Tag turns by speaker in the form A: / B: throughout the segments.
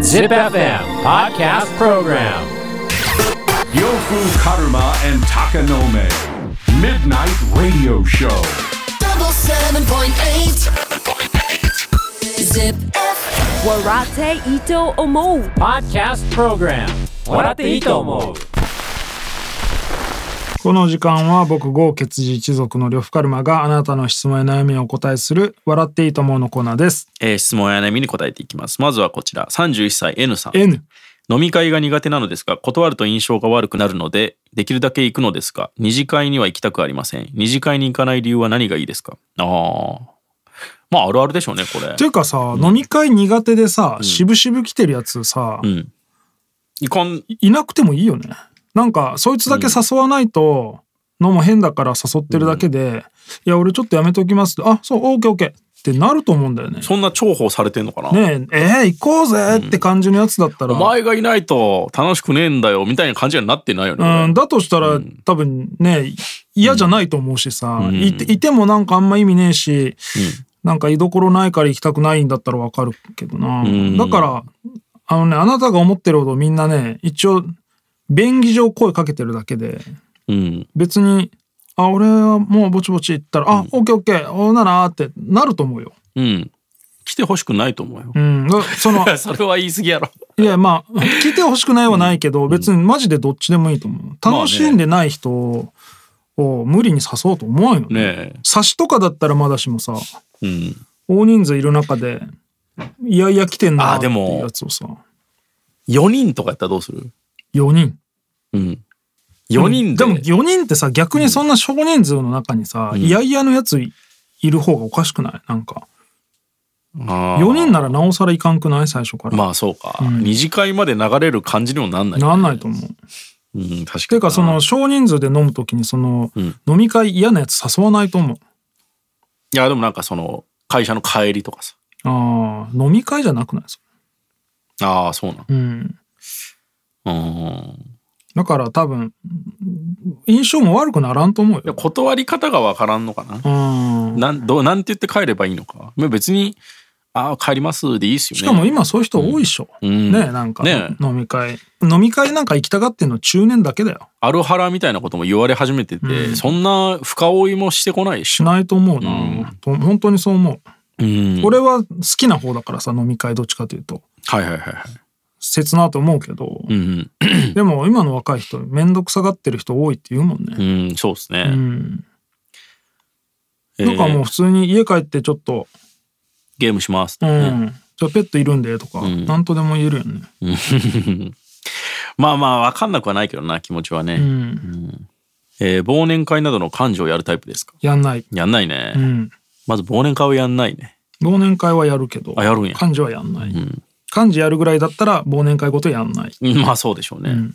A: Zip FM Podcast Program
B: Yofu Karuma and Takanome. Midnight Radio Show.
C: double seven point eight. Zip.
D: Warate Ito Omo.
A: Podcast Program 笑っていいと思う
E: この時間は僕豪傑寺一族の呂布カルマがあなたの質問や悩みにお答えする「笑っていいと思う」のコーナーです。
F: えー質問や悩みに答えていきます。まずはこちら、31歳 N さん。
E: N
F: 飲み会が苦手なのですが、断ると印象が悪くなるので、できるだけ行くのですが、二次会には行きたくありません。二次会に行かない理由は何がいいですかああ。まあ、あるあるでしょうね、これ
E: と。いうかさ、飲み会苦手でさ渋々来てるやつさ、
F: うん。いかん、
E: いなくてもいいよね。なんかそいつだけ誘わないと、のも変だから誘ってるだけで「いや俺ちょっとやめておきます」あそうオーケーオーケーってなると思うんだよね。
F: そんな重宝されてんのかな、
E: ねええー行こうぜって感じのやつだったら、
F: お前がいないと楽しくねえんだよ、みたいな感じにはなってないよね。
E: うん、だとしたら、多分ね嫌じゃないと思うしさ、いていてもなんかあんま意味ねえし、なんか居所ないから行きたくないんだったらわかるけどな、だからあのねあなたが思ってるほどみんなね一応便宜上声かけてるだけで
F: うん。
E: 別に「あ俺はもうぼちぼち」言ったら「あオッケーオッケーおうなら」ってなると思うよ。
F: うん。来てほしくないと思うよ
E: う。ん、だその
F: それは言い過ぎやろ。
E: いやまあ聞いてほしくないはないけど、別にマジでどっちでもいいと思う楽しんでない人を無理に誘おうと思うよね
F: ね
E: 差しとかだったらまだしもさ
F: え。うん。
E: 大人数いる中でいやいや来てんな
F: あ
E: って
F: で
E: い
F: も
E: うやつをさ
F: 4人とかやったらどうする
E: 4人
F: うん。4人
E: で
F: で。
E: も4人ってさ逆にそんな少人数の中にさ、いやいやのやついる方がおかしくないなんか
F: あー
E: 4人ならなおさらいかんくない最初から、
F: まあそうか、二次会まで流れる感じにもなんない、
E: なんないと思う
F: うん、確か
E: てい
F: に
E: うかその少人数で飲む時にその、飲み会嫌なやつ誘わないと思う
F: いやでもなんかその会社の帰りとかさ
E: ああ、飲み会じゃなくないです
F: ああそうなん
E: うん。
F: うん
E: だから多分、印象も悪くならんと思う
F: で
E: よ。
F: 断り方がわからんのかな
E: うん。
F: なんどうなんて言って帰ればいいのかまあ別に「ああ帰ります」でいいっすよね
E: しかも今そういう人多いっしょ。
F: ん
E: ねえなんか、
F: ねえ
E: 飲み会。飲み会なんか行きたがってんの中年だけだよ。
F: アルハラみたいなことも言われ始めてて、そんな深追いもしてこないし
E: しないと思うな、と本当にそう思う。
F: うん
E: 俺は好きな方だからさ、飲み会どっちかというと。
F: はいはいはいはい
E: 切なと思うけど、
F: うん
E: でも今の若い人、めんどくさがってる人多いって言うもんね。
F: うんそうですね、
E: うん。
F: えー
E: だからもう普通に家帰ってちょっと、
F: ゲームしますって
E: う
F: ね、
E: ん。じゃあペットいるんでとか、なんとでも言えるよね。
F: まあまあ分かんなくはないけどな気持ちはね、
E: うん。
F: えー忘年会などの幹事をやるタイプですか
E: やんない。
F: やんないね、
E: うん。
F: まず忘年会をやんないね
E: 忘年会はやるけど。
F: あやるんや
E: 漢字はやんない。漢字やるぐらいだったら忘年会ごとやんない。い
F: うんまあそうでしょうね、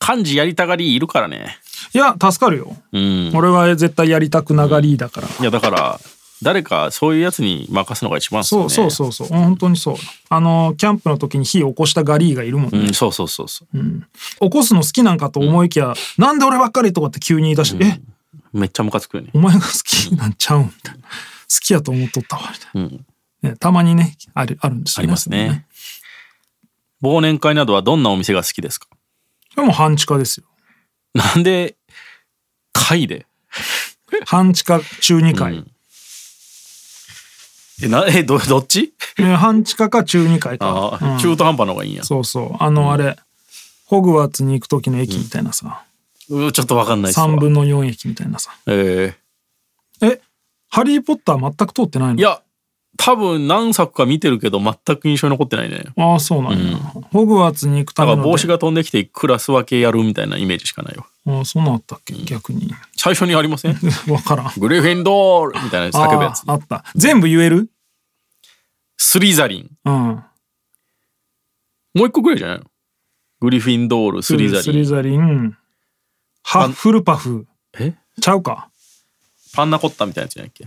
F: 漢字やりたがりいるからね
E: や、助かるよ。
F: うん
E: 俺は絶対やりたくながりだから。
F: いやだから誰かそういうやつに任すのが一番っすよ
E: そう
F: ね
E: そうそうそう。本当にそう。あの、キャンプの時に火を起こしたガリーがいるもんね。
F: うん、そうそうそうそう、
E: 起こすの好きなんかと思いきや、なんで俺ばっかりとかって急に言い出して、え、
F: めっちゃムカつくよね
E: お前が好きなんちゃうんみたいな。好きやと思っとったわ、みたいな。ね、たまにね、あるあるんですよ
F: ありますね。忘年会などはどんなお店が好きですか
E: でも半地下ですよ。
F: なんで会で
E: 半地下中2回。
F: えなえどどっち
E: ね半地下か中2階か。
F: あー、中途半端の方がいいんや
E: そうそう。あの、あれ、ホグワーツに行く時の駅みたいなさ、
F: うちょっと分かんないっすわ
E: 3分の4駅みたいなさ。
F: えー
E: え、ハリー・ポッター全く通ってないの
F: いや、多分何作か見てるけど、全く印象に残ってないね。
E: ああ、そうなんだ、ホグワーツに行くた
F: だか
E: め
F: ら
E: の。
F: 帽子が飛んできてクラス分けやるみたいなイメージしかないよ。
E: ああ、そうなんだったっけ逆に。
F: 最初にありません
E: わからん。
F: グリフィンドールみたいな叫ぶやつ
E: あ。ああった。全部言える
F: スリザリン。
E: うん。
F: もう一個ぐらいじゃないのグリフィンドール、スリザ
E: ス
F: リン。
E: リンハッフルパフ。
F: え
E: ちゃうか。
F: パンナコッタみたいなやつじゃないっけ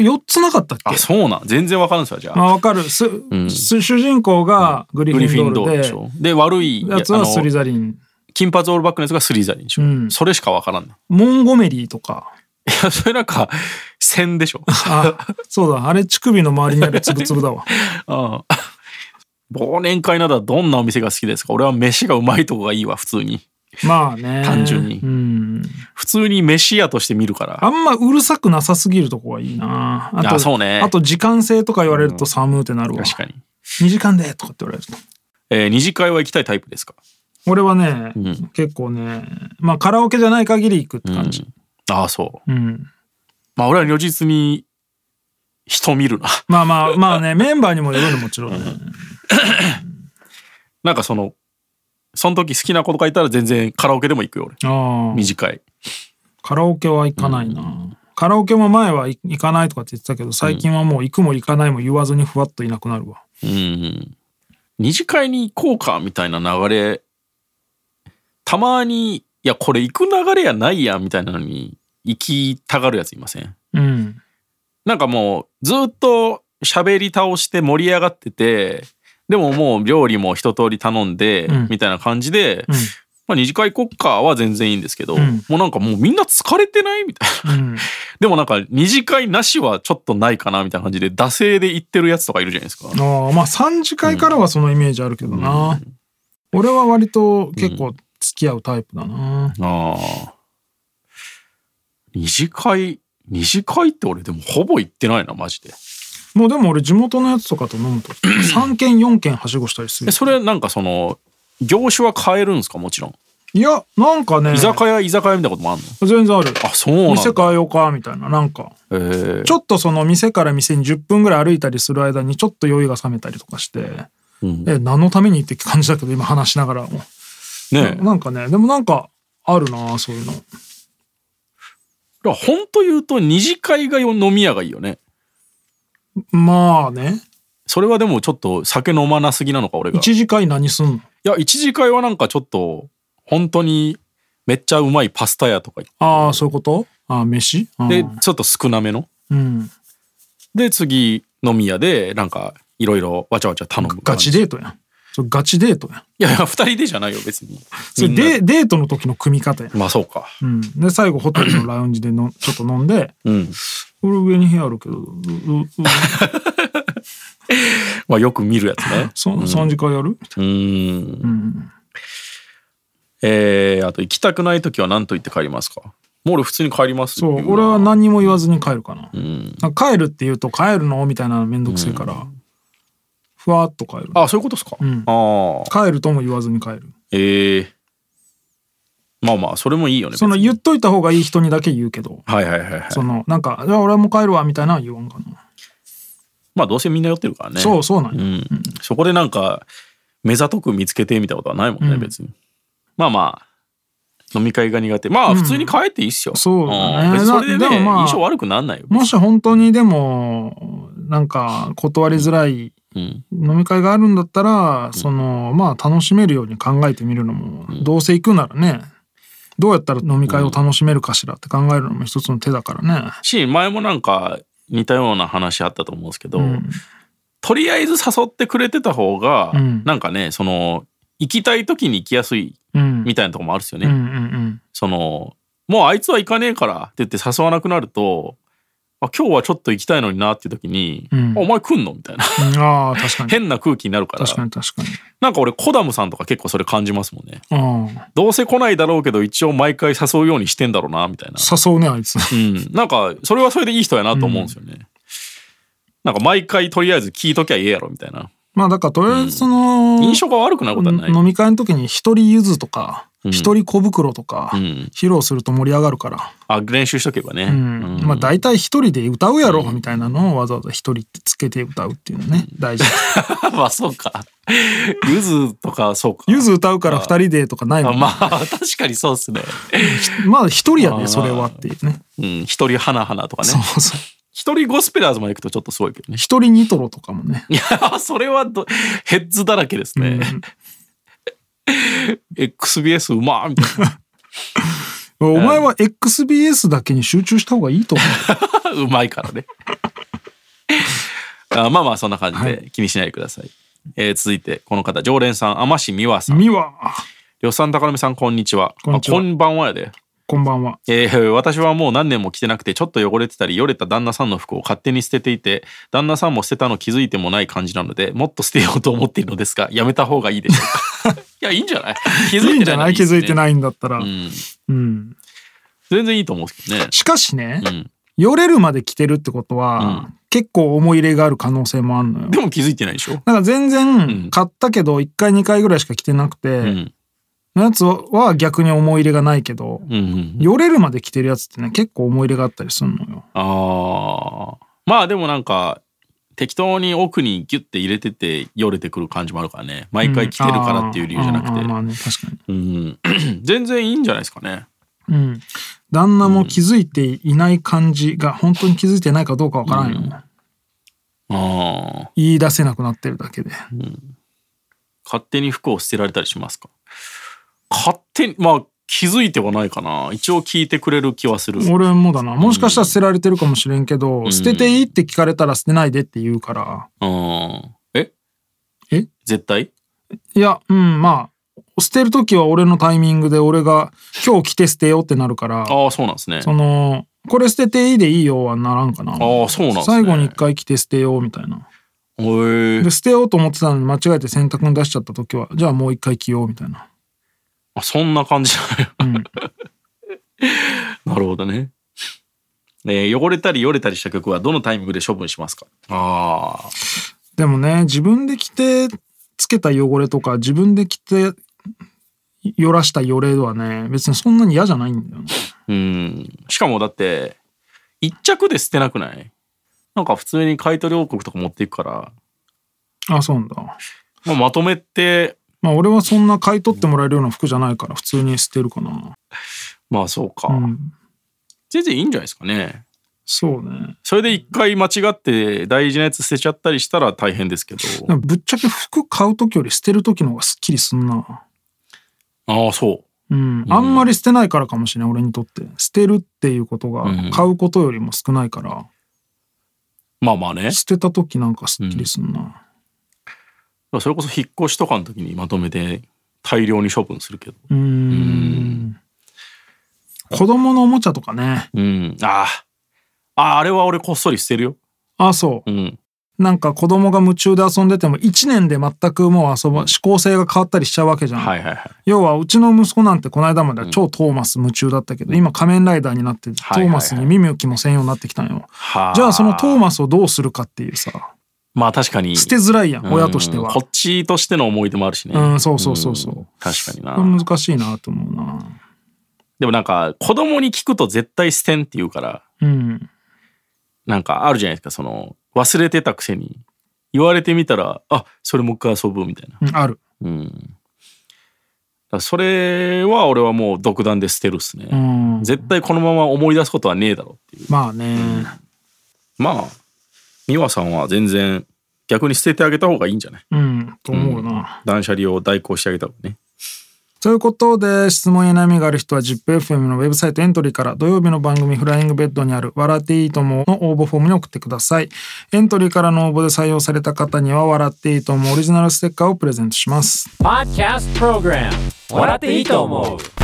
E: 4つなかったっけ
F: あ、そうなん。全然わからんすわ、じゃ
E: ま
F: あ。
E: あ、わかる。す、す主人公がグリフ
F: グリフ
E: ィ
F: ィ
E: ン
F: ン
E: ド
F: ド
E: ール
F: ー
E: で
F: ルでしょ。で、悪い、
E: やつはスリザリン。
F: 金髪オールバックのやつがスリザリンでしょ。
E: うん
F: それしかわからんね。
E: モンゴメリーとか。
F: や、それなんか、線でしょ。
E: あ、そうだ。あれ、乳首の周りにあるつぶつぶだ わ。
F: うん忘年会ならどんなお店が好きですか俺は飯がうまいとこがいいわ、普通に。
E: まあね。
F: 単純に
E: うん。
F: 普通に飯屋として見るから。
E: あんまうるさくなさすぎるとこはいいな。あと、
F: あそうね
E: あと時間制とか言われると寒うってなるわ。
F: 確かに。
E: 2時間でとかって言われると。
F: えー二次会は行きたいタイプですか
E: 俺はね、
F: ん
E: 結構ね、まあカラオケじゃない限り行くって感じ。
F: ああ、そう。
E: うん。
F: まあ俺は如実に人見るな。
E: まあまあ、まあね、メンバーにもよるのもちろんね。
F: なんかその、その時好きな子とかいたら全然カラオケでも行くよ、俺。
E: ああ
F: 二。次会。
E: カラオケは行かないな。カラオケも前は行行かないとかって言ってたけど、最近はもう行くも行かないも言わずにふわっといなくなるわ。
F: うん。二次会に行こうか、みたいな流れ。たまに、いや、これ行く流れやないや、みたいなのに行きたがるやついません
E: うん。
F: なんかもうずっと喋り倒して盛り上がってて、でももう料理も一通り頼んで、
E: ん
F: みたいな感じで、
E: うん
F: まあ二次会国家は全然いいんですけど、
E: ん
F: もうなんかもうみんな疲れてないみたい な。
E: うん。
F: でもなんか二次会なしはちょっとないかなみたいな感じで、惰性で行ってるやつとかいるじゃないですか。
E: ああまあ3次会からはそのイメージあるけどな、俺は割と結構付き合うタイプだな、
F: ああ。二次会、二次会って俺でもほぼ行ってないな、マジで。
E: もうでも俺地元のやつとかと飲む と3軒4軒はしごしたりす
F: え、
E: る
F: それなんかその、業種は変えるんですかもちろん。
E: いやなんかね
F: 居酒屋、居酒屋みたいなこともあるの
E: 全然ある
F: あ、そうなんだ。
E: 店変えようかみたいななんか
F: えー
E: ちょっとその店から店に10分ぐらい歩いたりする間にちょっと酔いが冷めたりとかして、え何のためにって感じだけど今話しながらも、
F: ねえ。
E: なんかねでもなんかあるなそういうの
F: だから本当言うと二次会が飲み屋がいいよね。
E: まあね
F: それはでもちょっと酒飲まなすぎなのか俺が。い
E: 一次会何すんの
F: や一次会はなんかちょっと本当にめっちゃうまいパスタ屋とか行
E: ああそういうことああ飯ああ
F: って、ちょっと少なめの。
E: うん、
F: で次飲み屋でなんかいろいろわちゃわちゃ頼む。
E: ガチ
F: で。
E: デートやん。それガチデートやん。
F: いやいや二人でじゃないよ別に。
E: それ
F: みんな
E: デデートの時の組み方やん。
F: まあそうか。
E: うん、で最後ホテルのラウンジでのちょっと飲んで
F: うん。
E: 「俺上に部屋あるけどううう。
F: まあよく見るやつね
E: そ3時間やる?
F: うーん。
E: うん
F: えー、あと行きたくない時は何と言って帰りますかもう俺普通に帰ります」
E: そ
F: 言
E: う
F: な
E: 俺は何にも言わずに帰るかな,、
F: ん
E: 帰るって言うと「帰るの?」みたいなのめんどくせえから、ふわっと帰る
F: あそういうことですか、
E: ん
F: ああ
E: 帰るとも言わずに帰る
F: ええまあまあそれもいいよね
E: その
F: 別に
E: 言っといた方がいい人にだけ言うけど
F: はいはいはいはい
E: そのなんか「じゃあ俺も帰るわ」みたいなのは言わんかな、
F: まあどうせみんな酔ってるからね
E: そうそうなん
F: う
E: や、
F: ん、そこでなんか目ざとく見つけてみたいなことはないもんね、別にまあまあ飲み会が苦手まあ普通に帰っていいっすよ、
E: そうだね
F: ん別にそれでね
E: なでもまあ
F: 印象悪くなんないよ、
E: もし本当にでもなんか断りづらい
F: うん、
E: 飲み会があるんだったら、そのまあ楽しめるように考えてみるのも、どうせ行くならねどうやったら飲み会を楽しめるかしらって考えるのも一つの手だからね。
F: し前もなんか似たような話あったと思うんですけど、
E: うん
F: とりあえず誘ってくれてた方が、
E: うん
F: なんかねその行きたい時に行きやすい
E: うん
F: みたいなとこもあるっすよね、
E: うんうん
F: そのもうあいつは行かねえからって言って誘わなくなるとあ今日はちょっと行きたいのになっていう時に、
E: うん
F: あお前来んのみたいな
E: うんうんああ確かに
F: 変な空気になるから
E: 確かに確かに。
F: なんか俺コダムさんとか結構それ感じますもんね
E: ああ
F: どうせ来ないだろうけど一応毎回誘うようにしてんだろうなみたいな、
E: 誘うねあいつ。
F: うん、なんかそれはそれでいい人やなと思うんですよね、なんか毎回とりあえず聞いときゃええやろみたいな
E: まあだからとりあえずその、
F: 印象が悪くなることはない、
E: 飲み会の時に一人ゆずとか
F: ん
E: 一人小袋とか、
F: ん
E: 披露すると盛り上がるから。
F: あ練習しとけばね、
E: うん、まあ大体一人で歌うやろみたいなのをわざわざ一人つけて歌うっていうのね大事
F: まあそうか。ゆずとかそうか。
E: ゆず歌うから二人でとかない
F: あ
E: もん
F: まあ確かにそうっすね。
E: まあ一人やでそれはっていうね
F: うん、一人花花とかね
E: そ。うそう
F: 一人ゴスペラーズまで行くとちょっとすごいけど ね。
E: 一人ニトロとかも ね
F: いや、それはどヘッズだらけですね。XBS うまーみたい
E: お前は XBS だけに集中した方がいいと思
F: な。 うまいからね。あまあまあそんな感じで気にしないでください。えー続いてこの方常連さん天市美和さ
E: うん美和
F: 呂さん高野美さんこんにちは
E: こんにちは
F: あこんばんはやで
E: こんばんは。
F: えー私はもう何年も着てなくてちょっと汚れてたりよれた旦那さんの服を勝手に捨てていて旦那さんも捨てたの気づいてもない感じなのでもっと捨てようと思っているのですがやめた方がいいでしょう かいやいいんじゃない気づいてない
E: いいんじゃない気づいて
F: い
E: ないんだったら。
F: いですね、
E: うん。
F: うん、全然いいと思うんですけどね
E: しかしね、
F: うん
E: よれるまで着てるってことは、結構思い入れがある可能性もあるのよ。
F: でも気づいてないでしょ
E: なんか全
F: ん
E: 然買ったけど1回2回ぐらいしか着てなくて、
F: うん
E: のやつは逆に思い入れがないけど、
F: うんうん
E: よれるまで着てるやつってね結構思い入れがあったりするのよ。
F: あーまあでもなんか適当に奥にギュッて入れててよれてくる感じもあるからね毎回着てるからっていう理由じゃなくて、
E: あーあーまあね確かに。
F: うん、 全然いいんじゃないですかね
E: うん。旦那も気づいていない感じが本当に気づいてないかどうかわからんよ、
F: ああ
E: 言い出せなくなってるだけで。
F: 勝手に服を捨てられたりしますか勝手にまあ気づいてはないかな一応聞いてくれる気はする
E: 俺もだなもしかしたら捨てられてるかもしれんけど、捨てていいって聞かれたら捨てないでって言うから
F: うんえ
E: え
F: 絶対
E: いやうんまあ捨てる時は俺のタイミングで俺が今日着て捨てようってなるから
F: ああそうなんですね
E: そのこれ捨てていいでいいよはならんかな
F: ああそうなんですね
E: 最後に一回着て捨てようみたいな
F: へえ
E: で捨てようと思ってたのに間違えて洗濯に出しちゃった時はじゃあもう一回着ようみたいな
F: あそんな感じなんや なるほどね、えー汚れたりよれたりした曲はどのタイミングで処分しますかああ
E: でもね自分で着てつけた汚れとか自分で着てよらしたよれはね別にそんなに嫌じゃないんだよね
F: うんしかもだって一着で捨てなくないなんか普通に買い取り王国とか持っていくから、
E: あそうなんだ
F: まあ、まとめて
E: まあ俺はそんな買い取ってもらえるような服じゃないから普通に捨てるかな。
F: まあそうか、
E: うん。
F: 全然いいんじゃないですかね
E: そうね。
F: それで一回間違って大事なやつ捨てちゃったりしたら大変ですけ
E: で
F: ど
E: もぶっちゃけ服買う時より捨てる時の方がすっきりすんな。
F: ああそ
E: うん。あんまり捨てないからかもしれない俺にとって。捨てるっていうことが
F: うん
E: 買うことよりも少ないから、
F: うまあまあね
E: 捨てた時なんかすっきりすんな。
F: それこそ引っ越しとかの時にまとめて大量に処分するけど
E: うーん。子供のおもちゃとかね。
F: うん。ああ。ああ、あれは俺こっそり捨てるよ。
E: あ、そう
F: う。ん。
E: なんか子供が夢中で遊んでても1年で全くもう遊ば、思考性が変わったりしちゃうわけじゃん。
F: はいはいはい。
E: 要はうちの息子なんてこの間までは超トーマス夢中だったけど、今仮面ライダーになってト
F: はいはい
E: ーマスに耳をきも専用になってきたんよ。
F: は
E: じゃあそのトーマスをどうするかっていうさ
F: まあ確かに。
E: 捨てづらいやん親として
F: うん
E: は
F: こ。っちとしての思い出もあるしね。
E: うんそうそうそうそうん
F: 確かにな。
E: 難しいなと思うな。
F: でもなんか、子供に聞くと絶対捨てんって言うから、
E: うん。
F: なんかあるじゃないですか、その、忘れてたくせに。言われてみたら、あそれもう一回遊ぶみたいな。
E: うんある。
F: うん。だからそれは俺はもう独断で捨てるっすね。
E: うん。
F: 絶対このまま思い出すことはねえだろっていう。
E: まあね。
F: まあ、美和さんは全然逆に捨ててあげた方がいいんじゃない
E: うん。と思うな。
F: 断捨離を代行してあげた方がね。
E: ということで、質問や悩みがある人は ZIPFM のウェブサイトエントリーから土曜日の番組フライングベッドにある笑っていいともの応募フォームに送ってください。エントリーからの応募で採用された方には笑っていいともオリジナルステッカーをプレゼントします。
A: Podcast Program 笑っていいと思う